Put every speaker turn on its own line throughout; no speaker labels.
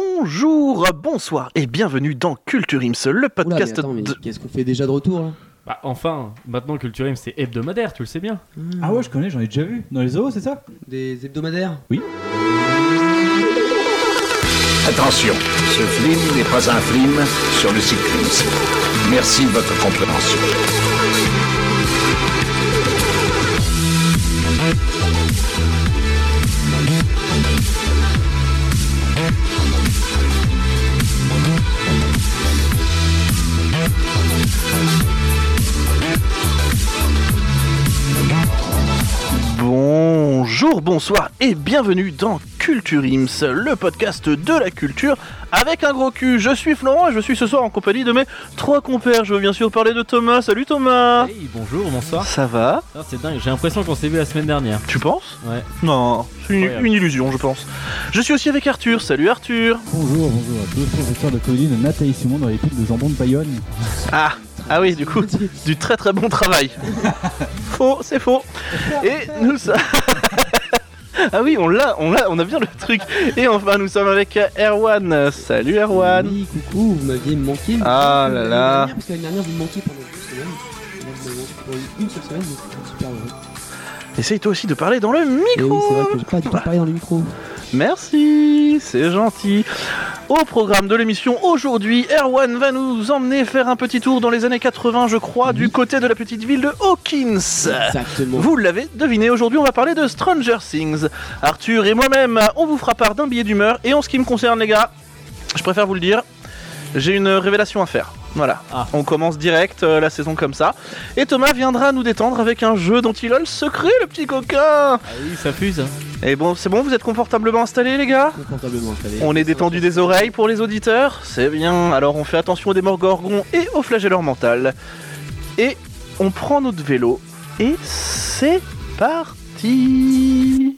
Bonjour, bonsoir et bienvenue dans Culture Ims, le
Oula, mais
podcast
attends, mais
de...
qu'est-ce qu'on fait déjà de retour là
Bah enfin, maintenant Culture M, c'est hebdomadaire, tu le sais bien.
Ah ouais, je connais, j'en ai déjà vu. Dans les zoos, c'est ça
Des hebdomadaires
Attention, ce film n'est pas un film sur le cyclisme. Merci de votre compréhension.
Bonjour, bonsoir et bienvenue dans Culture Ims, le podcast de la culture avec un gros cul. Je suis Florent et je suis ce soir en compagnie de mes trois compères. Je veux bien sûr parler de Thomas. Salut Thomas
Hey, bonjour, bonsoir.
Ça va
Ah, c'est dingue, j'ai l'impression qu'on s'est vu la semaine dernière.
Tu penses
Ouais.
Non, c'est une,
Incroyable.
une illusion je pense. Je suis aussi avec Arthur. Salut Arthur
Bonjour, bonjour à tous. Professeur de Claudine, Nathalie Simon dans les piles de jambon de Bayonne.
Ah ah oui, du coup, du très très bon travail. faux, c'est faux. Et nous sommes. ah oui, on l'a, on l'a, on a bien le truc. Et enfin, nous sommes avec Erwan. Salut Erwan.
Oui, coucou, vous m'aviez manqué.
Ah
Vous
là là.
m'avez dernière, Parce que l'année dernière, vous me manquiez pendant une semaine. Là, vous m'avez manqué pendant une seule semaine, donc je suis super heureux.
Essaye toi aussi de parler dans le
Et oui, c'est
micro.
vrai que j'ai pas du tout parlé dans le micro.
Merci, c'est gentil. Au programme de l'émission aujourd'hui, Erwan va nous emmener faire un petit tour dans les années 80, je crois, du côté de la petite ville de Hawkins.
Exactement.
Vous l'avez deviné, aujourd'hui on va parler de Stranger Things. Arthur et moi-même, on vous fera part d'un billet d'humeur et en ce qui me concerne les gars, je préfère vous le dire, j'ai une révélation à faire. Voilà,
Ah.
on commence direct euh, la saison comme ça. Et Thomas viendra nous détendre avec un jeu dont il a le secret, le petit coquin
Ah oui, ça fuse.
Et bon, c'est bon, vous êtes confortablement installés les gars
Confortablement installé.
on est détendu des oreilles pour les auditeurs C'est bien, alors on fait attention aux démorgorgons et aux flagelleurs mentales. Et on prend notre vélo. Et c'est parti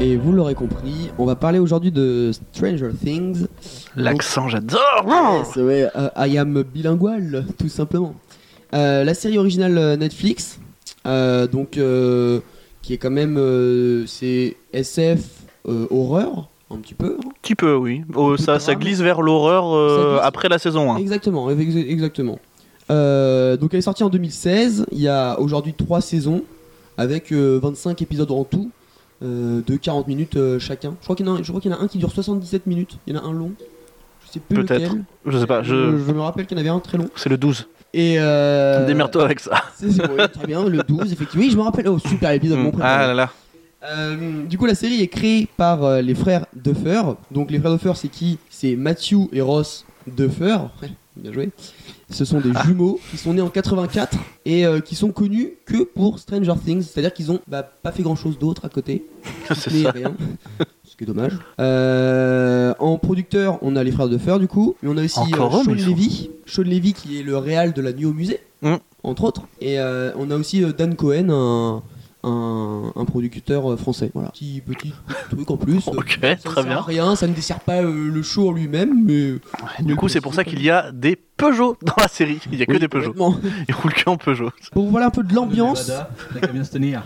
Et vous l'aurez compris, on va parler aujourd'hui de Stranger Things.
L'accent, j'adore non
Yes, ouais, euh, I am bilingual, tout simplement. Euh, la série originale euh, Netflix, euh, donc euh, qui est quand même euh, c'est SF euh, horreur un petit peu. hein.
Un petit peu, oui. Oh, ça, ça glisse vers l'horreur euh,
Ça glisse.
après la saison 1.
Exactement, ex- exactement. Euh, donc elle est sortie en 2016. Il y a aujourd'hui 3 saisons avec euh, 25 épisodes en tout. euh, de 40 minutes euh, chacun. Je crois qu'il y, en a un- je crois qu'il y en a un qui dure 77 minutes. Il y en a un long. Je sais plus
Peut-être.
lequel.
Je sais pas,
Je...
je...
je me rappelle qu'il y en avait un très long.
c'est le 12.
Et euh,
Démerde-toi avec ça.
C'est c'est bon, très bien, le 12, effectivement. Oui, je me rappelle. Oh, super épisode, mon préféré.
Ah là là.
Euh, du coup, la série est créée par euh, les frères Duffer. Donc, les frères Duffer, c'est qui C'est Matthew et Ross Duffer. Ouais, bien joué. Ce sont
Ah.
des jumeaux qui sont nés en 84 et euh, qui sont connus que pour Stranger Things. C'est-à-dire qu'ils ont bah, pas fait grand-chose d'autre à côté.
C'est
Mais
ça.
rien. Ce qui est dommage. Euh, en producteur, on a les frères Duffer, du coup. Mais on a aussi euh,
Encore eux,
Sean
mais ils sont-
Levy. Sean Levy, qui est le réal de la nuit au musée,
Mm.
entre autres. Et euh, on a aussi euh, Dan Cohen, un, un, un producteur euh, français. Voilà. Petit, petit truc en plus. Euh,
Ok,
ça ne
très
sert à
bien.
rien, ça ne dessert pas euh, le show en lui-même, mais.
Du coup, c'est pour ça qu'il y a des Peugeot dans la série. Il y a que
Oui,
des Peugeot.
complètement.
Ils roulent que en Peugeot.
Pour vous voilà un peu de l'ambiance.
Le Nevada, La qu'à bien se tenir.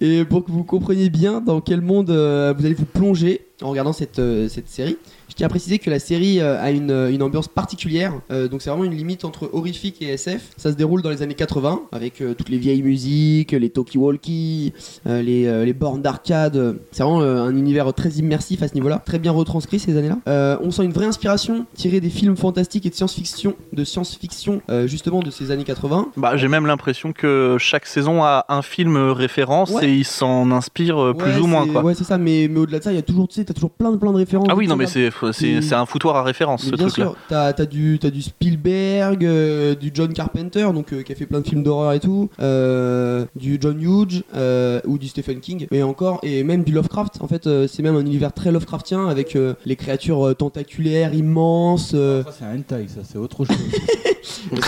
Et pour que vous compreniez bien dans quel monde euh, vous allez vous plonger en regardant cette, euh, cette série, je tiens à préciser que la série euh, a une, euh, une ambiance particulière. Euh, donc c'est vraiment une limite entre horrifique et SF. Ça se déroule dans les années 80 avec euh, toutes les vieilles musiques, les talkie-walkie, euh, les, euh, les bornes d'arcade. C'est vraiment euh, un univers très immersif à ce niveau-là, très bien retranscrit ces années-là. Euh, on sent une vraie inspiration tirée des films fantastiques et de science-fiction, de science-fiction euh, justement de ces années 80.
Bah, j'ai même l'impression que chaque saison a un film référence
Ouais.
et ils s'en inspirent euh, plus
Ouais,
ou moins
c'est-
quoi.
Ouais, c'est ça, mais, mais au-delà de ça, il y a toujours, tu sais, t'as t'as toujours plein de plein de références.
Ah oui,
Tu
non, mais
regardes-
c'est faut- c'est-
Et-
c'est un foutoir à référence,
Mais
ce
bien
truc-là.
sûr, t'as t'as du, t'as du Spielberg, euh, du John Carpenter, donc euh, qui a fait plein de films d'horreur et tout, euh, du John Hughes euh, ou du Stephen King, et encore, et même du Lovecraft. En fait, euh, c'est même un univers très Lovecraftien avec euh, les créatures euh, tentaculaires immenses. euh,
Ça, c'est un hentai, ça, c'est autre chose.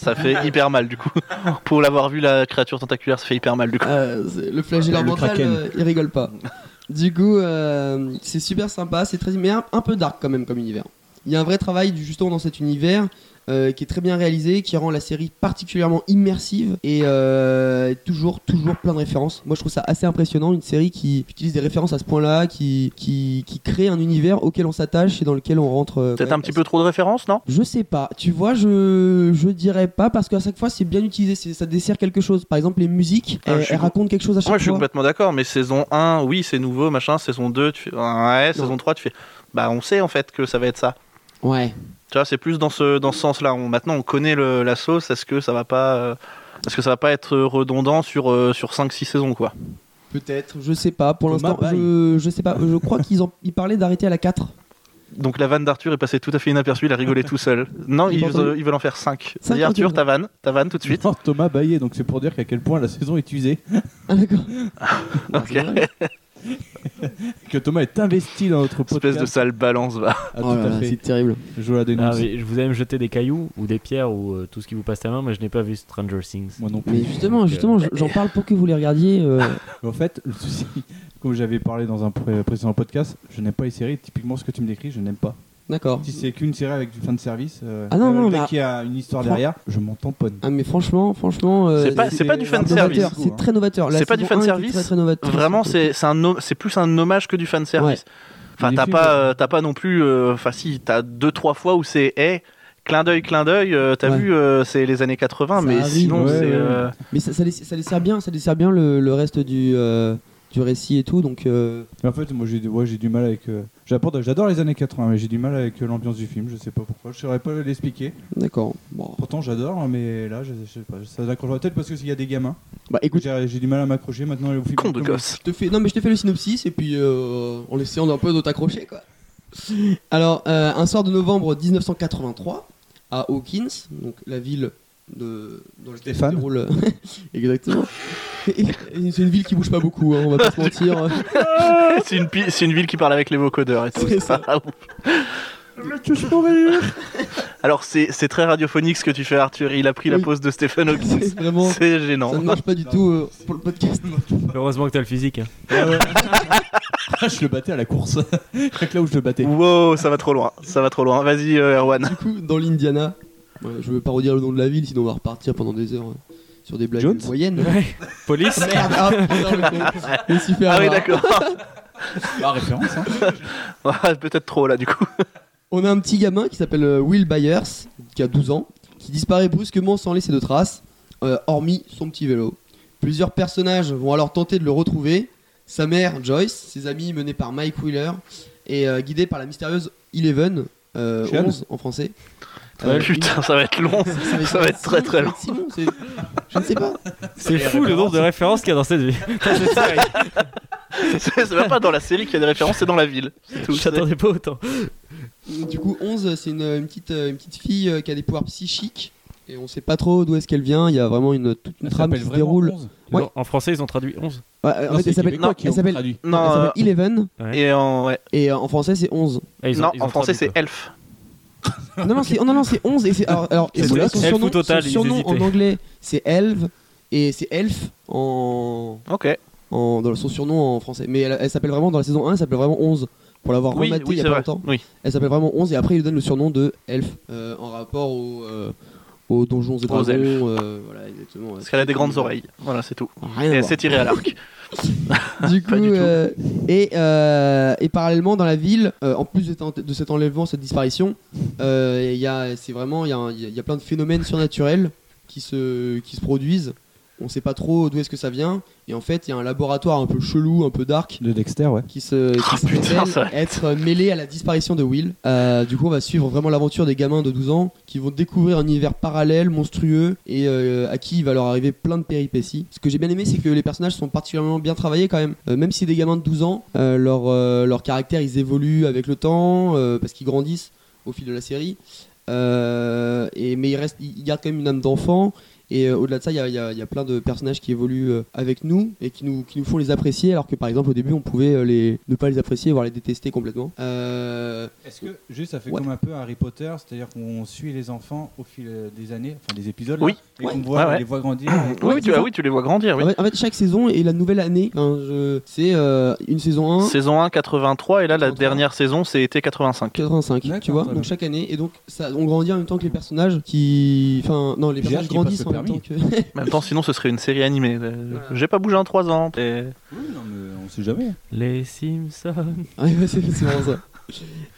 ça fait hyper mal, du coup. Pour l'avoir vu, la créature tentaculaire, ça fait hyper mal, du coup.
euh, c'est- le flageolet
Le
mental,
Kraken.
euh, il rigole pas. Du coup, euh, c'est super sympa, c'est très mais un, un peu dark quand même comme univers. Il y a un vrai travail du- justement dans cet univers euh, qui est très bien réalisé, qui rend la série particulièrement immersive et euh, toujours toujours plein de références. Moi, je trouve ça assez impressionnant, une série qui utilise des références à ce point-là, qui, qui qui crée un univers auquel on s'attache et dans lequel on rentre. euh,
Peut-être
quand
un
même
petit peu trop de références, non
je sais pas. Tu vois, je, je dirais pas parce qu'à chaque fois c'est bien utilisé, c'est- ça dessert quelque chose. Par exemple, les musiques,
Ah, je
elles,
suis-
elles racontent quelque chose à chaque
Moi, je suis
fois.
complètement d'accord, mais saison 1, oui, c'est nouveau, machin. Saison 2, tu fais. Ouais, saison 3, tu fais. Bah, on sait en fait que ça va être ça.
Ouais.
Tu vois, c'est plus dans ce, dans ce sens-là. On- Maintenant, on connaît le, la sauce. Est-ce que ça va pas, euh, est-ce que ça va pas être redondant sur euh, sur 5-6 saisons, quoi
Peut-être. Je sais pas. Pour
Thomas
l'instant,
Baye.
je, je sais pas. Je crois qu'ils ont ils parlaient d'arrêter à la 4.
Donc la vanne d'Arthur est passée tout à fait inaperçue. Il a rigolé tout seul. Non,
J'ai
ils,
pas entendu.
euh, ils veulent en faire 5
Cinq,
Dis Arthur,
Arthur.
ta vanne, ta vanne tout de suite.
Genre Thomas Baillet, donc c'est pour dire qu'à quel point la saison est usée,
Ah d'accord. Ah,
Ok.
c'est vrai.
que Thomas est investi dans notre podcast.
Espèce de sale balance, va.
Ah,
Oh
tout
là
à
là,
fait.
c'est terrible.
Je la
Ah,
dénonce.
mais je vous aime jeter des cailloux ou des pierres ou euh, tout ce qui vous passe à la main, mais je n'ai pas vu Stranger Things.
Moi non plus.
Mais justement, justement, je- j'en parle pour que vous les regardiez. euh,
En fait, le souci, comme j'avais parlé dans un pré- précédent podcast, je n'aime pas les séries. Typiquement, ce que tu me décris, je n'aime pas.
D'accord.
Si c'est qu'une série avec du fin de service, euh,
Ah non, non,
le mec
mais-
qui a une histoire derrière, je m'en tamponne.
Ah mais franchement, franchement. euh,
C'est pas,
c'est-
c'est pas du fan
c'est
service.
novateur, C'est très novateur. La
C'est pas du
saison 1 était
fanservice.
Très, très novateur.
Vraiment, c'est c'est un, hom- c'est plus un hommage que du fan service. Enfin,
Les
t'as
films,
pas,
ouais.
euh, t'as pas non plus. euh, Enfin, si, t'as deux trois fois où c'est hey, clin d'œil, clin d'œil. euh, t'as
Ouais.
vu, euh, c'est les années 80,
Ça
mais
arrive,
sinon
ouais,
c'est.
ouais.
euh,
Mais ça, ça, les, ça les sert bien, ça les sert bien le, le reste du, euh, du récit et tout, donc euh,
Mais en fait, moi j'ai du- ouais, j'ai du mal avec. euh, j'apporte- J'adore les années 80, mais j'ai du mal avec euh, l'ambiance du film. Je sais pas pourquoi. Je saurais pas l'expliquer.
d'accord. Bon.
Pourtant, j'adore, hein, mais là, je, je sais pas. Ça accroche la tête parce qu'il y a des gamins.
Bah écoute,
J'ai j'ai du mal à m'accrocher maintenant. au film.
Con de
Comme-
gosse.
je te fais, non mais je te fais le synopsis et puis euh, en essayant d'un peu de t'accrocher quoi. Alors, euh, un soir de novembre 1983, à Hawkins, donc la ville de dans laquelle se
Stéphane.
déroule- euh, Exactement. Et- et C'est une ville qui bouge pas beaucoup, hein, on va pas se mentir.
C'est une, pi- c'est une ville qui parle avec les vocodeurs et tout.
C'est ça.
Ah, ouf. Alors c'est c'est très radiophonique ce que tu fais Arthur, il a pris la
Oui.
pose de Stéphane Hawking.
C'est vraiment, ça
C'est gênant.
ne marche pas du tout euh, pour le podcast.
Heureusement que t'as le physique. hein.
Ah ouais. Ah, je le battais à la course. Chaque là où je le battais.
Wow, ça va trop loin, ça va trop loin. Vas-y euh, Erwan.
Du coup, dans l'Indiana, ouais, je veux pas redire le nom de la ville, sinon on va repartir pendant des heures euh, sur des blagues
Jones
moyennes.
Police
Merde, ah, putain, le con. Je me suis fait
Ah oui
avoir.
d'accord.
Ah, référence, hein.
Ah, Peut-être trop là du coup.
On a un petit gamin qui s'appelle euh, Will Byers, qui a 12 ans, qui disparaît brusquement sans laisser de traces, euh, hormis son petit vélo. Plusieurs personnages vont alors tenter de le retrouver. Sa mère, Joyce, ses amis menés par Mike Wheeler, et euh, guidés par la mystérieuse Eleven, euh,
Sean.
11 en français. Euh,
Putain, ça va être long. ça va être très, très long.
C'est bon, c'est- Je ne sais pas.
C'est fou le nombre de références qu'il y a dans cette vie. Dans cette série.
c'est même pas dans la série qu'il y a des références, c'est dans la ville. C'est tout.
J'attendais pas autant.
Du coup, 11, c'est une, une petite, euh, une petite fille euh, qui a des pouvoirs psychiques. Et on sait pas trop d'où est-ce qu'elle vient. Il y a vraiment une, toute une
Elle
trame qui
s'appelle
se
vraiment
déroule.
11.
Ouais.
Non, En français, ils ont traduit 11.
Ouais, euh, en
Non,
fait,
c'est
elle s'appelle
Québécois
non,
qui
elle
ont
s'appelle
traduit.
non, elle
Non, euh,
s'appelle Eleven.
et en, ouais.
Et euh, en français, c'est 11.
Ah, ils ont-
non,
ils ont
en français
traduit,
c'est
quoi.
elf.
Non, non, c'est, oh, non, non, c'est 11. Et c'est, alors, alors, et
C'est
son,
vrai,
son
elfe
surnom,
ou total,
son
ils
surnom en
hésitaient.
anglais, c'est Elve. Et c'est Elf en,
Ok.
en, dans son surnom en français. Mais elle, elle s'appelle vraiment, dans la saison 1, elle s'appelle vraiment 11. Pour l'avoir
Oui,
rematé il
oui
y a
c'est
pas
vrai.
longtemps.
Oui.
Elle s'appelle vraiment 11 et après il lui donne le surnom de Elf euh, en rapport au, euh, aux donjons et dragons.
elfes.
euh, voilà, exactement. euh,
Parce qu'elle a des grandes oreilles. Voilà, c'est tout.
Rien
Et
à
elle
voir.
s'est tirée à l'arc.
Du coup,
Pas du tout.
euh, et, euh, et parallèlement dans la ville, euh, en plus de, tant- de cet enlèvement, cette disparition, euh, il y a, c'est vraiment, il y, a un- il y a- il y a plein de phénomènes surnaturels qui se, qui se produisent. on sait pas trop d'où est-ce que ça vient. Et en fait, il y a un laboratoire un peu chelou, un peu dark,
De Dexter, ouais.
qui se qui
Oh,
se
putain,
révèle
ça va
être mêlé à la disparition de Will. Euh, du coup, on va suivre vraiment l'aventure des gamins de 12 ans qui vont découvrir un univers parallèle, monstrueux, et euh, à qui il va leur arriver plein de péripéties. Ce que j'ai bien aimé, c'est que les personnages sont particulièrement bien travaillés quand même. Euh, même si des gamins de 12 ans, euh, leur, euh, leur caractère, ils évoluent avec le temps, euh, parce qu'ils grandissent au fil de la série. Euh, et, mais il, reste, il garde quand même une âme d'enfant. Et euh, au-delà de ça, il y a, il y a- il y a plein de personnages qui évoluent euh, avec nous et qui nous, qui nous font les apprécier, alors que par exemple au début, on pouvait euh, les, ne pas les apprécier, voire les détester complètement. Euh,
Est-ce que juste ça fait
Ouais.
comme un peu Harry Potter, c'est-à-dire qu'on suit les enfants au fil euh, des années, enfin des épisodes,
Oui.
là, et
Ouais.
qu'on voit,
Ouais, ouais.
on les voit grandir.
Oui,
Ouais,
tu,
c'est
ah
ça.
oui, tu les vois grandir. Oui.
en, fait, en fait, chaque saison est la nouvelle année. Enfin, je- c'est euh, une saison 1,
Saison 1, 83, et là, la
83.
dernière saison, c'est été 85.
85, tu
D'accord,
vois.
très
Donc
bien.
chaque année, et donc ça, on grandit en même temps que les personnages qui, enfin, non, les
J'ai
personnages
hâte qu'ils
grandissent
passent
en
le
même temps
permis.
que.
En même temps, sinon, ce serait une série animée. Euh, J'ai pas bougé en 3 ans. et-
Oui, non, mais on sait jamais.
Les Simpsons.
Ouais, Ah, ouais, c'est c'est vraiment ça.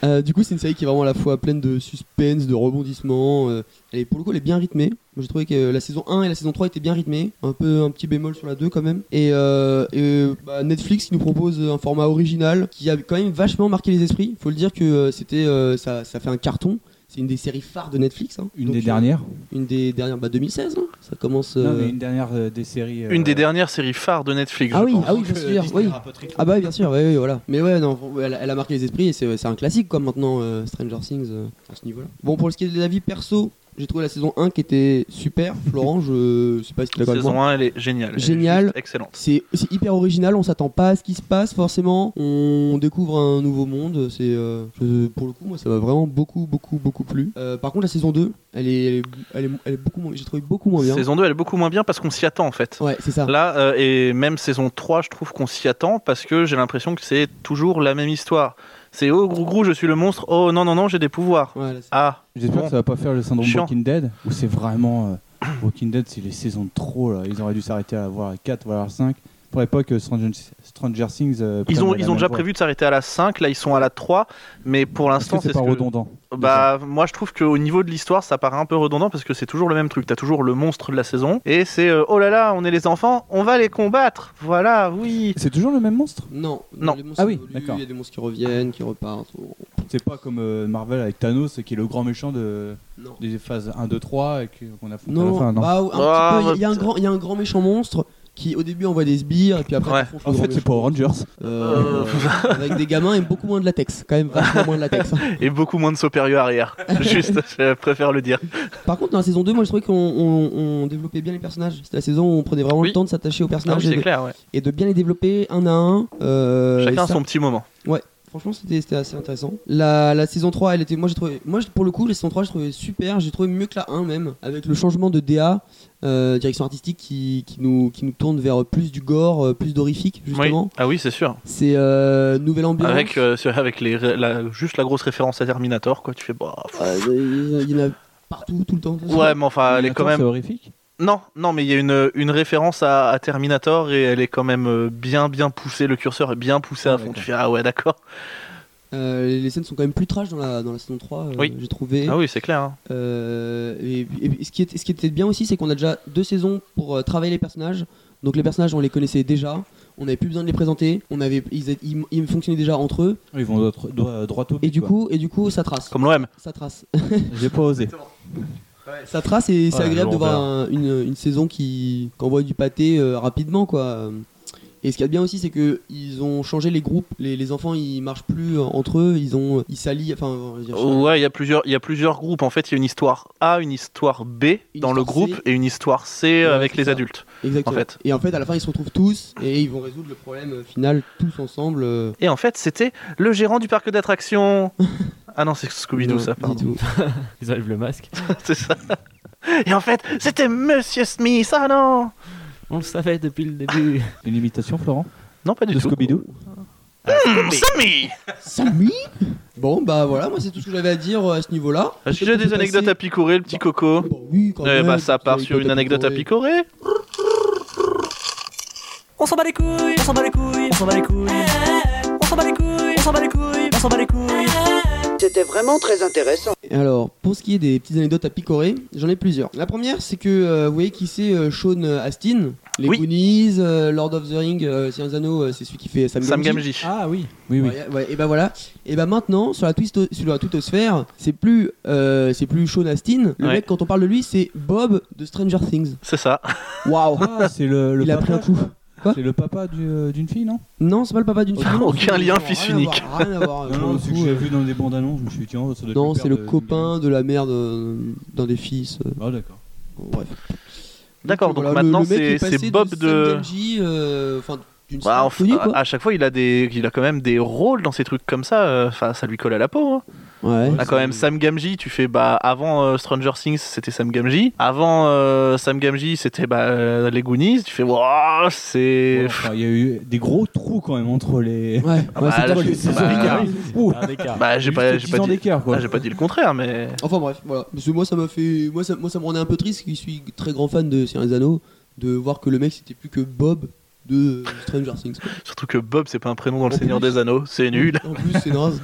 Euh, du coup, c'est une série qui est vraiment à la fois pleine de suspense, de rebondissements. euh, elle est, pour le coup, elle est bien rythmée. Moi, J'ai trouvé que euh, la saison 1 et la saison 3 étaient bien rythmées. Un peu un petit bémol sur la 2 quand même. Et, euh, et, euh, bah, Netflix qui nous propose un format original qui a quand même vachement marqué les esprits. Faut le dire que euh, c'était, euh, ça, ça fait un carton. C'est une des séries phares de Netflix. hein.
Une
Donc,
des
euh,
dernières.
Une des dernières. Bah 2016. hein. Ça commence. euh,
Non, mais une dernière euh, des séries. euh,
Une des dernières séries phares de Netflix.
Ah
je
oui,
pense.
ah oui, bien
que
sûr.
Disney
Oui.
rapatrie.
Ah bah oui, bien sûr, oui, oui, voilà. Mais ouais, non, faut- elle, elle a marqué les esprits et c'est c'est un classique comme maintenant euh, Stranger Things euh, à ce niveau-là. Bon, pour ce qui est de la vie perso, j'ai trouvé la saison 1 qui était super. Florent, je sais pas si tu l'as pas
Saison 1, elle est géniale. Elle est
Génial.
juste excellente.
c'est c'est hyper original, on s'attend pas à ce qui se passe forcément. On découvre un nouveau monde. C'est euh, je- pour le coup, moi, ça m'a vraiment beaucoup, beaucoup, beaucoup plu. Euh, par contre, la saison 2, elle est, elle est, elle est- elle est beaucoup moins, j'ai trouvé beaucoup moins bien.
Saison 2, elle est beaucoup moins bien parce qu'on s'y attend en fait.
Ouais, c'est ça.
Là, euh, et même saison 3, je trouve qu'on s'y attend parce que j'ai l'impression que c'est toujours la même histoire. C'est oh grou grou, je suis le monstre, oh non, non, non, j'ai des pouvoirs.
Ouais, là, c'est-
Ah,
J'espère
Bon.
que ça va pas faire le syndrome
Chiant.
Walking Dead, où c'est vraiment. euh, Walking Dead, c'est les saisons de trop, là. Ils auraient dû s'arrêter à la voir à 4, voire à 5. Pour l'époque, euh, Stranger, Stranger Things. euh,
ils
prennent
ont,
la
ils
même
ont déjà
voie.
prévu de s'arrêter à la 5, là ils sont à la 3, mais pour
Est-ce que
l'instant
c'est
c'est
pas
ce que-
redondant
Bah, moi je trouve qu'au niveau de l'histoire, ça paraît un peu redondant parce que c'est toujours le même truc. T'as toujours le monstre de la saison et c'est euh, oh là là, on est les enfants, on va les combattre. Voilà, oui.
C'est toujours le même monstre
Non,
Non.
les monstres
Ah oui,
évoluent,
d'accord.
Il y a des monstres qui reviennent, qui repartent. oh,
C'est pas comme euh, Marvel avec Thanos, qui est le grand méchant de,
Non.
des phases 1, 2, 3, et que- qu'on affronte à
Non,
la fin, non
bah, un
Ah,
petit peu, il y, a un
bah,
grand- il y a un grand méchant monstre qui au début envoie des sbires et puis après
Ouais.
ils font
En
le
fait,
grand
c'est Power Rangers.
méchant. Euh, avec des gamins et beaucoup moins de latex, quand même vachement moins de latex.
Et beaucoup moins de supérieur arrière. Juste, je préfère le dire.
Par contre, dans la saison 2, moi je trouvais qu'on on- on développait bien les personnages. C'était la saison où on prenait vraiment
Oui.
le temps de s'attacher
Ah
aux
oui,
personnages et,
c'est
de,
clair, ouais.
et de bien les développer un à un. euh, et
Chacun
ça,
son petit moment.
Franchement, c'était c'était assez intéressant. La, la saison 3, elle était. Moi, j'ai trouvé. Moi, j'ai- pour le coup, la saison 3, j'ai trouvé super. J'ai trouvé mieux que la 1 même. Avec le changement de DA, euh, direction artistique, qui, qui, nous, qui nous tourne vers plus du gore, euh, plus d'horrifique, justement.
Oui. Ah oui, c'est sûr.
C'est euh, nouvelle ambiance.
Avec, euh, sur- avec les, ré- la- juste la grosse référence à Terminator, quoi. Tu fais bah. pff.
Euh, Il y en a partout, tout le temps.
Ouais, mais enfin, Ah, elle est quand
Attends, C'est
même.
horrifique.
Non, non, mais il y a une, une référence à, à Terminator et elle est quand même euh, bien, bien poussée. Le curseur est bien poussé à
Ah,
fond. Tu
d'accord.
fais ah ouais, d'accord.
Euh, les scènes sont quand même plus trash dans la, dans la saison 3, euh,
Oui.
j'ai trouvé.
Ah oui, c'est clair. hein.
Euh, et, et- et ce, qui était, ce qui était bien aussi, c'est qu'on a déjà deux saisons pour euh, travailler les personnages. Donc les personnages, on les connaissait déjà. On n'avait plus besoin de les présenter. On avait, ils, étaient- ils, ils fonctionnaient déjà entre eux.
Ils vont d'autre- dro- droit au but.
Et du
quoi.
coup, et du coup, ça trace.
Comme l'OM.
Ça trace.
j'ai pas osé.
ça trace et c'est
Ouais,
agréable de
lourdeur.
voir un- une, une saison qui qui envoie du pâté euh, rapidement quoi. Et ce qu'il y a de bien aussi, c'est que ils ont changé les groupes. Les, les enfants, ils marchent plus euh, entre eux. Ils ont, ils s'allient. Enfin, on va dire ça.
Ouais, il y a plusieurs, il y a plusieurs groupes. En fait, il y a une histoire A, une histoire B
Une
dans le
histoire
groupe
C.
et une histoire C euh,
Ouais,
avec
c'est
les
ça.
adultes.
exactement.
en fait.
Et en fait, à la fin, ils se retrouvent tous et ils vont résoudre le problème euh, final tous ensemble. euh.
Et en fait, c'était le gérant du parc d'attractions. ah non, c'est Scooby-Doo,
Non,
ça,
du
pardon.
tout.
Ils enlèvent le masque.
C'est ça. Et en fait, c'était Monsieur Smith, ah non
On le savait depuis le début.
Une imitation, Florent
Non, pas du
De
tout.
Scooby-Doo
Hmm, Sammy
Samy Bon, bah voilà, moi c'est tout ce que j'avais à dire euh, à ce niveau-là.
Ah, Si j'ai
Peut-être
des
qu'on peut
anecdotes
passer-
à picorer, le petit coco.
Bon, oui, quand
Eh
même,
bah, ça
parce
part
qu'il y a
sur une anecdote à picorer.
On s'en bat les couilles, on s'en bat les couilles, on s'en bat les couilles. On s'en bat les couilles, on s'en bat les couilles, on s'en bat les couilles.
C'était vraiment très intéressant.
Alors, pour ce qui est des petites anecdotes à picorer, j'en ai plusieurs. La première, c'est que euh, vous voyez qui c'est euh, Sean Astin, les
Oui.
Goonies, euh, Lord of the Ring, euh, Seigneur des Anneaux, euh, c'est celui qui fait Sam,
Sam
Gamgee.
Gamji.
Ah oui. Oui, oui.
Ouais, ouais, et ben voilà. Et ben maintenant, sur la, twisto- sur la twittosphère, c'est plus, euh, c'est plus Sean Astin. Le
Ouais.
mec, quand on parle de lui, c'est Bob de Stranger Things.
C'est ça.
Waouh
Ah, c'est le,
Oh.
le
Il a
papa,
pris un coup. Quoi
C'est le papa du, euh, d'une fille, non
Non, c'est pas le papa d'une fille.
Oh, Aucun
Non,
lien,
rien
fils
à voir,
unique.
rien à voir, pour le
c'est
coup,
que j'ai
euh,
vu dans des bandes annonces, je me suis dit, tiens, ça doit être
non,
père
c'est le
de-
copain de la mère de- d'un des fils. euh,
Ah, d'accord.
bon, bref.
D'accord, donc
le-
maintenant,
le mec
c'est-
est passé
c'est Bob de-
Sam Gamgee, euh, enfin, d'une
Bah,
star
en fait,
connue,
à-
quoi.
à chaque fois, il a, des, il a quand même des rôles dans ces trucs comme ça. euh, Enfin, ça lui colle à la peau. hein.
Ouais.
On a quand même Sam Gamji, tu fais bah avant euh, Stranger Things c'était Sam Gamji, avant euh, Sam Gamji c'était bah euh, les Goonies, tu fais waouh
Ouais,
c'est
enfin, Il y a eu des gros trous quand même entre les.
Ouais, ouais,
bah,
c'est
là,
drôle.
je-
c'est
bah,
Ouh,
Un écart.
bah j'ai
juste
pas
10
j'ai pas
ans
dit
d'écart, quoi.
ah, j'ai pas dit le contraire mais
Enfin bref, voilà. Parce que moi ça m'a fait, moi ça, moi ça me rendait un peu triste, qui suis très grand fan de Seigneur des Anneaux, de voir que le mec c'était plus que Bob de euh, Stranger Things. quoi.
surtout que Bob c'est pas un prénom dans le
En
Seigneur
plus.
des Anneaux, c'est nul.
En plus c'est naze.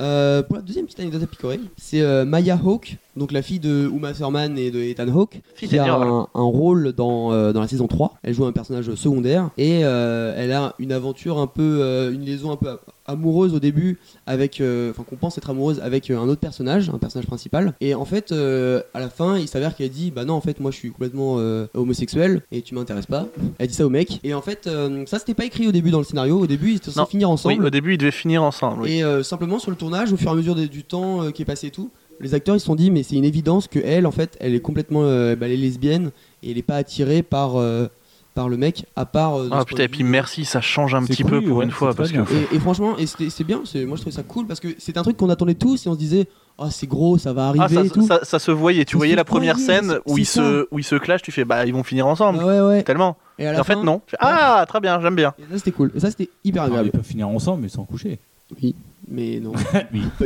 Euh, pour la deuxième petite anecdote à picorer, c'est euh, Maya Hawke, donc la fille de Uma Thurman et de Ethan Hawke,
Fille
qui a
senior,
un, un rôle dans, euh, dans la saison 3. Elle joue un personnage secondaire et euh, elle a une aventure un peu, euh, une liaison un peu a- amoureuse au début avec, euh, enfin qu'on pense être amoureuse avec euh, un autre personnage, un personnage principal. Et en fait, euh, à la fin, il s'avère qu'elle dit, bah non, en fait, moi je suis complètement euh, homosexuel et tu m'intéresses pas. Elle dit ça au mec. Et en fait, euh, ça c'était pas écrit au début dans le scénario. Au début, ils étaient
Non.
censés finir
Oui,
ensemble.
au début ils devaient finir ensemble. oui.
Et euh, simplement sur le tournage, au fur et à mesure des- du temps euh, qui est passé et tout, les acteurs ils se sont dit mais c'est une évidence que elle en fait elle est complètement euh, bah, elle est lesbienne et elle est pas attirée par euh, par le mec à part. euh,
Ah
de ce point de
putain et
vue.
puis merci ça change un
C'est
petit
cool,
peu pour
ouais,
une
c'est
fois
très
parce que
bien.
Et, et franchement et c'était- c'est bien, c'est moi je trouvais ça cool parce que c'est un truc qu'on attendait tous et on se disait ah c'est gros ça va arriver
ah, ça,
et tout.
ça- ça se voyait, tu
Ça
voyais
se
la première
voyait,
scène
c'est-
où ils
c'est
se où ils se clashent, tu fais bah ils vont finir ensemble
Ah ouais ouais.
tellement.
Et à
Et
la
en fait
fin-
non. Tu fais, Ah très bien, j'aime bien.
Et ça c'était cool. Et ça c'était hyper
Ah,
agréable.
Ils peuvent finir ensemble, mais sans coucher.
Oui. Mais non.
Oui.
Pas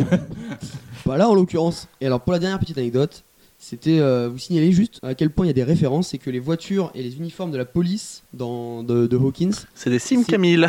Bah là en l'occurrence. Et alors pour la dernière petite anecdote, c'était euh, vous signaler juste à quel point il y a des références et que les voitures et les uniformes de la police dans, de, de Hawkins.
C'est des Sim
Si.
Camille.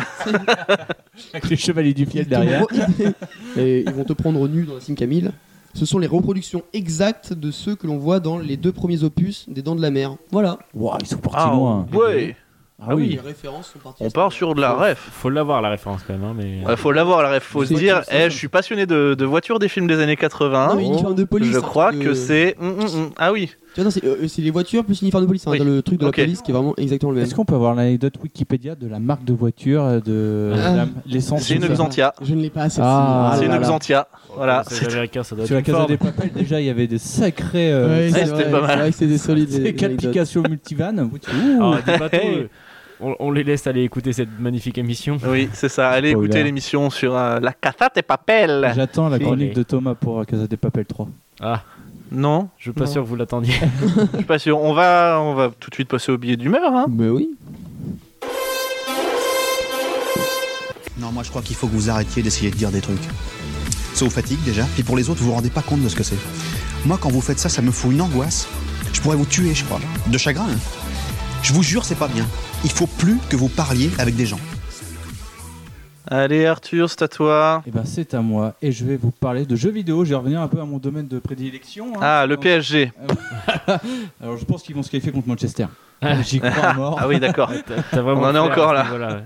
Avec les chevaliers du
ils
fiel
te
derrière.
re- et ils vont te prendre nu dans la Sim Camille. Ce sont les reproductions exactes de ceux que l'on voit dans les deux premiers opus des Dents de la Mer. Voilà.
Waouh, ils sont partis
Ah
loin.
hein.
ouais.
Ah oui.
Les références sont parties.
On part sur de la ref.
Faut l'avoir la référence quand même, hein, mais.
Ouais, faut l'avoir, la ref. Faut se
C'est
dire,
comme ça,
eh,
ça.
je suis passionné de, de voitures des films des années 80.
Non, mais uniforme de police. hein,
je
un
crois
truc
que
de-
c'est. Hum, hum, hum. Ah oui.
Tu vois, non, c'est euh, c'est les voitures plus l'uniforme de police. hein,
Oui.
dans le truc de
Ok.
la police qui est vraiment exactement le même.
Est-ce qu'on peut avoir l'anecdote Wikipédia de la marque de voiture euh, de
Ah.
la- l'essence
C'est une
tout ça
Xantia.
Je ne l'ai pas assez.
Ah,
c'est
là,
une
là.
Xantia. Voilà.
C'est américain, ça doit
Sur la
être. une
Casa
Ford.
des Papel, déjà, il y avait des sacrés euh,
Ouais,
Ouais,
c'est
c'était
vrai,
pas mal.
c'est vrai que c'est des solides. les- les
sacrées
anecdotes.
applications multivan. Vous dites, ouh,
Ah,
Alors, des bateaux, euh, on, on les laisse aller écouter cette magnifique émission.
Oui, c'est ça. Allez
Spoiler.
écouter l'émission sur euh, la Casa de Papel.
J'attends la
C'est-
chronique de Thomas pour euh, Casa des Papel 3.
Non,
Je suis pas
Non.
sûr que vous l'attendiez.
je suis pas sûr. On va, on va tout de suite passer au billet d'humeur. Hein.
Mais oui.
Non, moi je crois qu'il faut que vous arrêtiez d'essayer de dire des trucs. Ça vous fatigue déjà, puis pour les autres, vous vous rendez pas compte de ce que c'est. Moi, quand vous faites ça, ça me fout une angoisse. Je pourrais vous tuer, je crois. De chagrin. hein. Je vous jure, c'est pas bien. Il faut plus que vous parliez avec des gens.
Allez, Arthur, c'est à toi.
Et ben c'est à moi et je vais vous parler de jeux vidéo. Je vais revenir un peu à mon domaine de prédilection. hein.
Ah, le PSG.
Alors je pense qu'ils vont se qualifier contre Manchester. Euh, J'y crois à mort.
Ah oui, d'accord.
T'as vraiment
On en est
fait à
encore
ce
là.
niveau-là, ouais.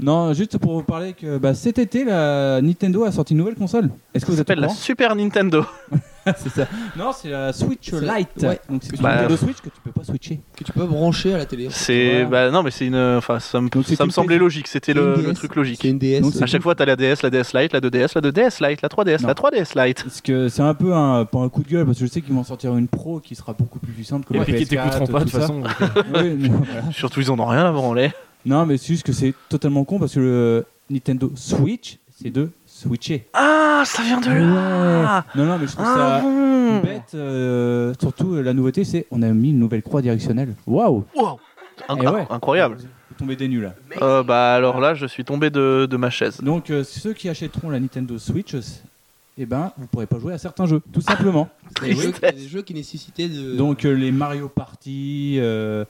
Non, juste pour vous parler que bah, cet été, la Nintendo a sorti une nouvelle console. Est-ce que
Ça
vous êtes au
s'appelle la
courant
Super Nintendo.
C'est ça. Non, c'est la Switch
C'est-
Lite.
ouais.
Donc c'est une
Bah,
Nintendo Switch que tu peux pas switcher.
Que tu peux brancher à la télé.
C'est, bah non, mais c'est une. Enfin, ça me,
Donc, c'est
ça me
une
semblait
PS-
logique. C'était le,
une
le
DS.
truc logique.
C'est une DS.
Donc, c'est-
À chaque fois, t'as la DS, la DS Lite, la 2DS, la 2DS Lite, la 3DS,
Non.
la 3DS Lite.
Parce que c'est un peu un, pas un coup de gueule parce que je sais qu'ils vont sortir une pro qui sera beaucoup plus puissante que
Et
la
puis qui
PS4,
t'écouteront pas de
tout
toute
ça.
façon. donc, euh,
Oui, mais voilà.
Surtout, ils en ont rien à branler.
Non, mais c'est juste que c'est totalement con parce que le Nintendo Switch, c'est de switcher.
Ah, ça vient de là
Non, non, mais je trouve
Ah
ça
bon
bête. euh, surtout, euh, la nouveauté, c'est on a mis une nouvelle croix directionnelle. Waouh
Wow. Inc-
Eh ouais.
Incroyable.
Vous tombez des nuls là.
Euh, bah alors là, je suis tombé de, de ma chaise.
Donc, euh, ceux qui achèteront la Nintendo Switch, euh, eh ben, vous pourrez pas jouer à certains jeux, tout simplement.
Il y a des jeux qui nécessitaient de.
Donc, euh, les Mario Party, euh,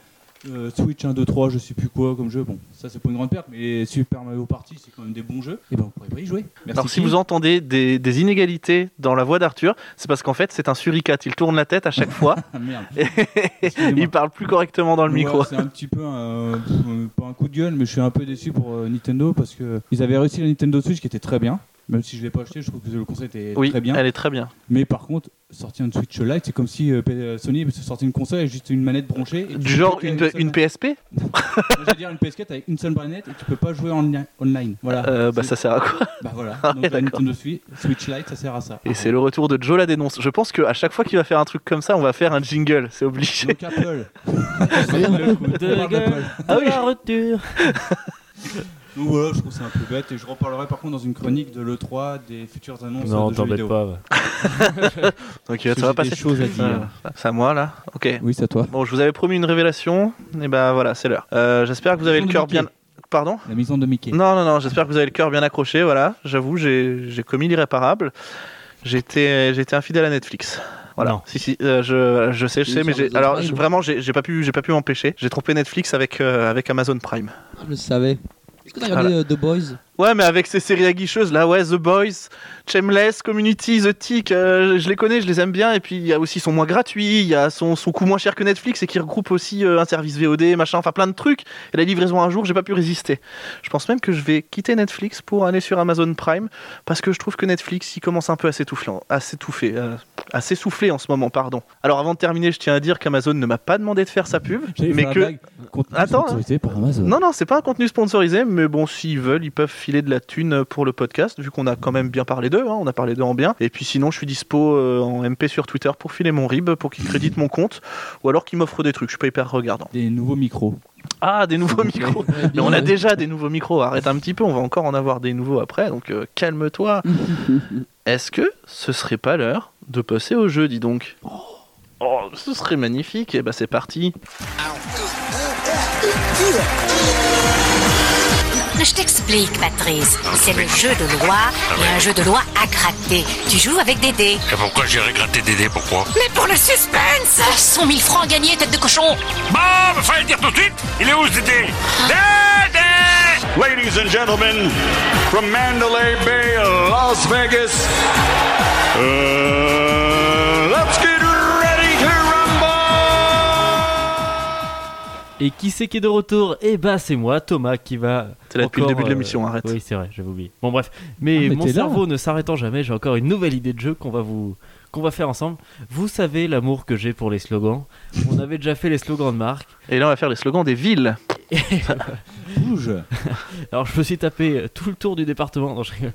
euh, Switch 1, 2, 3, je sais plus quoi comme jeu. Bon, ça c'est pas une grande perte, mais Super Mario Party c'est quand même des bons jeux. Et ben vous pourrez pas y jouer. Merci.
Alors si vous entendez des, des inégalités dans la voix d'Arthur, c'est parce qu'en fait c'est un suricate, il tourne la tête à chaque fois
Ah, merde.
et
Excusez-moi.
il parle plus correctement dans le
Ouais,
micro.
C'est un petit peu un- pff, euh, pas un coup de gueule, mais je suis un peu déçu pour euh, Nintendo parce que ils avaient réussi la Nintendo Switch qui était très bien. Même si je l'ai pas acheté, je trouve que le concept était
Oui,
très bien.
elle est très bien.
Mais par contre, sortir une Switch Lite, c'est comme si euh, P- euh, Sony sortait une console avec juste une manette branchée. et tu
Du
peux
genre
pas
une,
qu'avec
une
seule-
PSP
Je veux dire une PS4 avec une seule manette et tu peux pas jouer en li- online. Voilà.
Euh, Bah
C'est-
ça sert à quoi
bah voilà. Donc
ouais,
la
d'accord.
Nintendo Switch, Switch Lite, ça sert à ça.
Et c'est le retour de Joe la dénonce. Je pense qu'à chaque fois qu'il va faire un truc comme ça, on va faire un jingle, c'est obligé.
Donc Apple.
Merde.
On parle d'Apple.
Ah oui.
la rupture.
Donc voilà, euh, je trouve ça un peu bête et je reparlerai par contre dans une chronique de l'E3 des futures annonces
Non,
de jeux
t'embête
vidéo.
pas. va.
Donc
Parce que
ça va
j'ai
passer.
des choses à dire.
Ah, c'est à moi là Ok.
Oui, c'est à toi.
Bon, je vous avais promis une révélation, et ben voilà, c'est l'heure. Euh, j'espère que vous avez le cœur bien. Pardon
La maison de Mickey.
Non, non, non, j'espère que vous avez le cœur bien accroché, voilà. J'avoue, j'ai j'ai commis l'irréparable. J'étais j'étais infidèle à Netflix. Voilà.
Non.
Si si, euh, je, je sais, je
Il
sais, mais
sort
j'ai
de
alors
Prime.
j'ai- vraiment j'ai j'ai pas pu j'ai pas pu m'empêcher. J'ai trompé Netflix avec euh, avec Amazon Prime.
Ah, Je le savais. Est-ce que t'as regardé euh, The Boys
Ouais, mais avec ces séries aguicheuses là, ouais, The Boys, Shameless, Community, The Tick, euh, je les connais, je les aime bien. Et puis il y a aussi son moins gratuit, il y a son, son coût moins cher que Netflix et qui regroupe aussi euh, un service VOD, machin, enfin plein de trucs. Et la livraison un jour, j'ai pas pu résister. Je pense même que je vais quitter Netflix pour aller sur Amazon Prime parce que je trouve que Netflix il commence un peu à s'étouffer, à s'étouffer, euh, à s'essouffler en ce moment, pardon. Alors avant de terminer, je tiens à dire qu'Amazon ne m'a pas demandé de faire sa pub, mais que Attends, hein.
par Amazon.
non, non, c'est pas un contenu sponsorisé, mais bon, s'ils veulent, ils peuvent filer de la thune pour le podcast, vu qu'on a quand même bien parlé d'eux, hein, on a parlé d'eux en bien. Et puis sinon, je suis dispo euh, en MP sur Twitter pour filer mon RIB, pour qu'ils créditent mon compte, ou alors qu'ils m'offrent des trucs, je suis pas hyper regardant.
Des nouveaux micros.
Ah, des nouveaux micros Mais on a
Ouais.
déjà des nouveaux micros, arrête un petit peu, on va encore en avoir des nouveaux après, donc euh, calme-toi. Est-ce que ce serait pas l'heure de passer au jeu, dis donc Oh, ce serait magnifique, et bah c'est parti
Je t'explique, Patrice. C'est le jeu de loi et un jeu de loi à gratter. Tu joues avec des dés.
Ah Et pourquoi j'irai gratter des dés Pourquoi
Mais pour le suspense 100 000 francs gagnés, tête de cochon
Bon, bah, fallait le dire tout de suite Il est où ce Dédé Dédé
Ladies and gentlemen, from Mandalay Bay, Las Vegas, uh, let's get ready to rumble!
Et qui c'est qui est de retour Eh bah c'est moi, Thomas, qui va.
C'est là depuis le
encore, euh,
début de l'émission, arrête.
Oui, c'est vrai, j'avais oublié. Bon, bref. Mais,
Ah, mais
mon
t'es là.
cerveau ne s'arrêtant jamais, j'ai encore une nouvelle idée de jeu qu'on va vous. Qu'on va faire ensemble. Vous savez l'amour que j'ai pour les slogans. On avait déjà fait les slogans de marque.
Et là, on va faire les slogans des villes.
Bouge.
Alors je me suis tapé euh, tout le tour du département. Non, je rigole.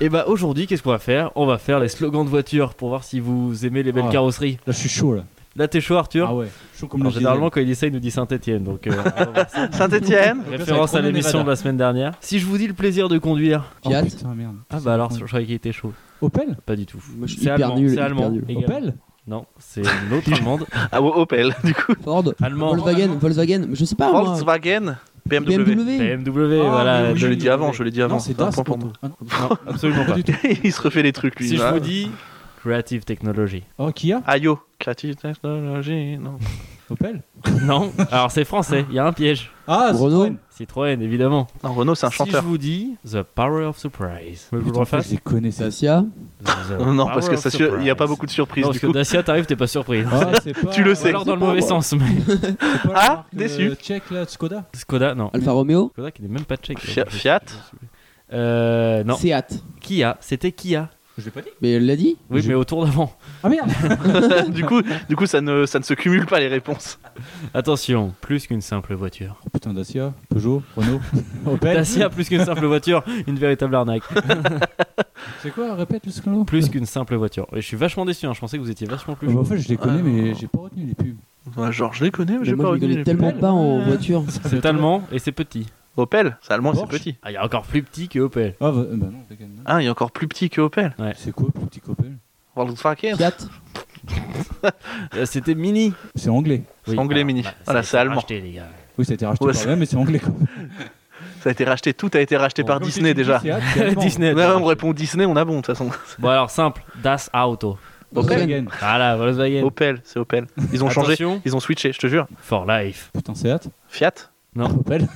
Et bah aujourd'hui, qu'est-ce qu'on va faire On va faire les slogans de voiture pour voir si vous aimez les belles
Ah.
carrosseries.
Là, je suis chaud là.
Là, t'es chaud, Arthur
Ah ouais. Chaud comme Ah,
Alors,
le
Généralement, quand il dit ça, il nous dit Saint-Etienne. Donc, euh, on va voir ça.
Saint-Etienne
référence à l'émission de la semaine dernière. Si je vous dis le plaisir de conduire.
Oh,
Fiat.
putain, merde.
Ah bah alors, je croyais qu'il était chaud.
Opel
Pas du tout.
Moi, je suis
C'est
hyper
allemand.
nul,
C'est
hyper
allemand.
nul.
également.
Opel
Non, c'est une autre allemande.
Ah, ouais, Opel, du coup.
Ford
Allemand.
Volkswagen Volkswagen Je sais pas Ah, moi.
Volkswagen, BMW.
BMW
BMW,
Ah,
voilà.
mais oui.
Eh, Je l'ai dit avant, je l'ai dit avant.
Non, c'est
Un
DAS.
point pour
pour
moi.
toi. Ah, non.
Non, absolument pas.
Il se refait les trucs, lui.
Si je
là.
vous dis Creative Technology.
Oh, Kia
Ayo, Creative Technology, non.
Opel
Non, alors c'est français, il y a un piège.
Ah,
Renault.
Citroën.
Citroën, évidemment.
Non, Renault, c'est un
si
chanteur.
je vous dis The Power of Surprise. Mais je vous le
Putain,
refasse
Je les connais ça.
Dacia
The
Non,
Power
parce que
of
ça, il n'y a pas
Surprise.
beaucoup de surprises,
Non, parce
du
que
coup.
Dacia t'arrive, t'es pas surpris.
Ah, c'est pas-
Tu le
ouais,
sais.
Ou alors dans le mauvais sens, mais
c'est pas la
Ah,
marque, euh,
déçu.
Tchèque là, Skoda.
Skoda, non.
Alfa Romeo
Skoda qui n'est même pas tchèque.
Fia- Fiat
Euh, non.
Seat
Kia, c'était Kia.
Je l'ai pas dit.
Mais elle l'a dit
Oui,
J'ai-
mais au tour d'avant.
Ah merde.
du coup, du coup ça, ne, ça ne se cumule pas les réponses.
Attention, plus qu'une simple voiture.
Oh putain, Dacia, Peugeot, Renault, Opel.
Dacia, plus qu'une simple voiture, une véritable arnaque.
C'est quoi Répète le slogan.
Plus qu'une simple voiture. Et je suis vachement déçu, hein, je pensais que vous étiez vachement plus
Ah bah,
chaud.
en fait, je les connais,
Ah,
mais
non.
j'ai pas retenu les pubs.
Ouais, genre, je les connais, mais
Mais
j'ai
Moi
pas
je me
reconnu les
connais tellement
Opel.
pas en voiture.
C'est allemand et c'est petit.
Opel, c'est allemand, c'est
Porsche.
petit.
Ah, il y a encore plus petit que Opel.
Ah bah, euh, bah non, vegan, non.
Ah, il est encore plus petit que Opel.
C'est quoi pour petit Opel
Volkswagen,
Fiat
Euh, C'était mini.
C'est anglais.
C'est anglais mini. Voilà,
ça a
c'est
été
allemand.
racheté, les gars.
Oui, ça a été racheté
Ouais,
par
c'est-
eux, mais c'est anglais. Quoi.
ça a été racheté, tout a été racheté par
Comme
Disney
tu dis,
déjà.
c'est Apple, c'est allemand.
Disney.
Ouais, on répond Disney, on a bon de toute façon.
Bon alors simple, Das Auto.
Opel.
Voilà, Volkswagen.
Opel, c'est Opel. Ils ont changé,
Attention.
ils ont switché, je te jure.
For Life.
Putain, c'est hâte.
Fiat
Non,
Opel.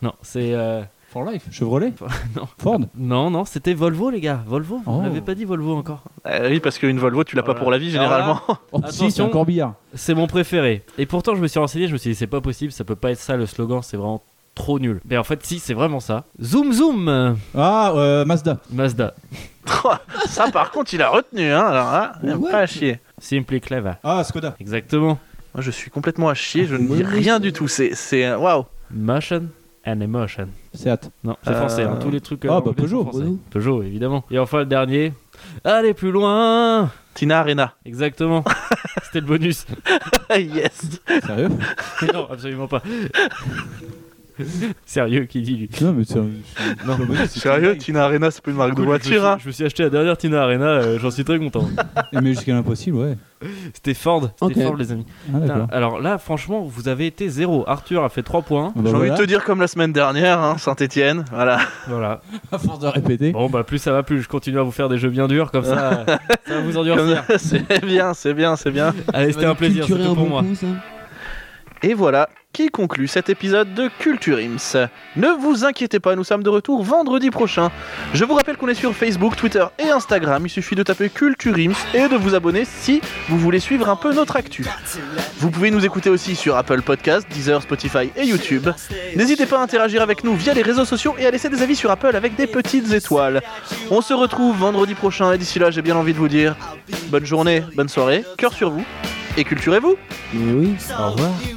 non, c'est. euh,
For Life. Chevrolet.
non.
Ford.
Non, non, c'était Volvo, les gars. Volvo. On
Oh.
n'avait pas dit Volvo encore.
Euh, Oui, parce qu'une Volvo, tu l'as pas
Voilà.
pour la vie généralement.
Oh, si, c'est
Attention.
un corbillard.
C'est mon préféré. Et pourtant, je me suis renseigné, je me suis dit, c'est pas possible, ça peut pas être ça le slogan, c'est vraiment trop nul. Mais en fait, si, c'est vraiment ça. Zoom, zoom, euh,
Ah, euh, Mazda.
Mazda.
Ça, par contre, il a retenu, hein. Alors, hein, il a
Ouais.
pas à chier.
Simply clever.
Ah, Skoda.
Exactement.
Moi, je suis complètement à chier, je ne
Oui,
dis
oui.
rien du tout. C'est. c'est, euh, Waouh
Motion and emotion.
C'est hâte.
Non, c'est
Euh,
français, hein, tous les trucs.
ah, bah,
anglais sont
Peugeot,
français.
Renault.
Peugeot, évidemment. Et enfin, le dernier. Allez plus loin
Tina Arena.
Exactement. C'était le bonus.
yes
Sérieux
non, absolument pas. Sérieux, qui dit lui
Non, mais c'est. Non,
Sérieux, Tina Arena, c'est pas une marque de
Cool, je, me
voiture,
suis,
hein.
je me suis acheté la dernière Tina Arena, euh, j'en suis très content.
Mais jusqu'à l'impossible, ouais.
C'était Ford, c'était
Ok.
Ford, les amis.
Ah,
Putain,
d'accord.
alors là, franchement, vous avez été zéro. Arthur a fait 3 points.
Ah, bah,
J'ai envie
voilà.
de te dire comme la semaine dernière, hein, Saint-Etienne. Voilà.
Voilà.
À force de répéter.
Bon, bah, plus ça va, plus je continue à vous faire des jeux bien durs, comme ça, ça va vous
Comme-
endurcir.
C'est bien, c'est bien, c'est bien.
Allez, c'était un plaisir,
Culturer
c'était
un
pour
bon
moi.
coup, ça.
Et voilà qui conclut cet épisode de Culture Ims. Ne vous inquiétez pas, nous sommes de retour vendredi prochain. Je vous rappelle qu'on est sur Facebook, Twitter et Instagram. Il suffit de taper Culture Ims et de vous abonner si vous voulez suivre un peu notre actu. Vous pouvez nous écouter aussi sur Apple Podcasts, Deezer, Spotify et YouTube. N'hésitez pas à interagir avec nous via les réseaux sociaux et à laisser des avis sur Apple avec des petites étoiles. On se retrouve vendredi prochain et d'ici là, j'ai bien envie de vous dire bonne journée, bonne soirée, cœur sur vous et culturez-vous.
Mais oui.
Au revoir.
You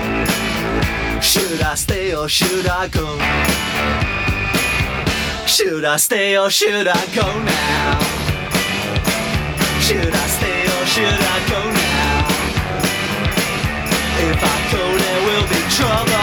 Should I stay or should I go? Should I stay or should I go now? Should I stay or should I go now? If I go, there will be trouble.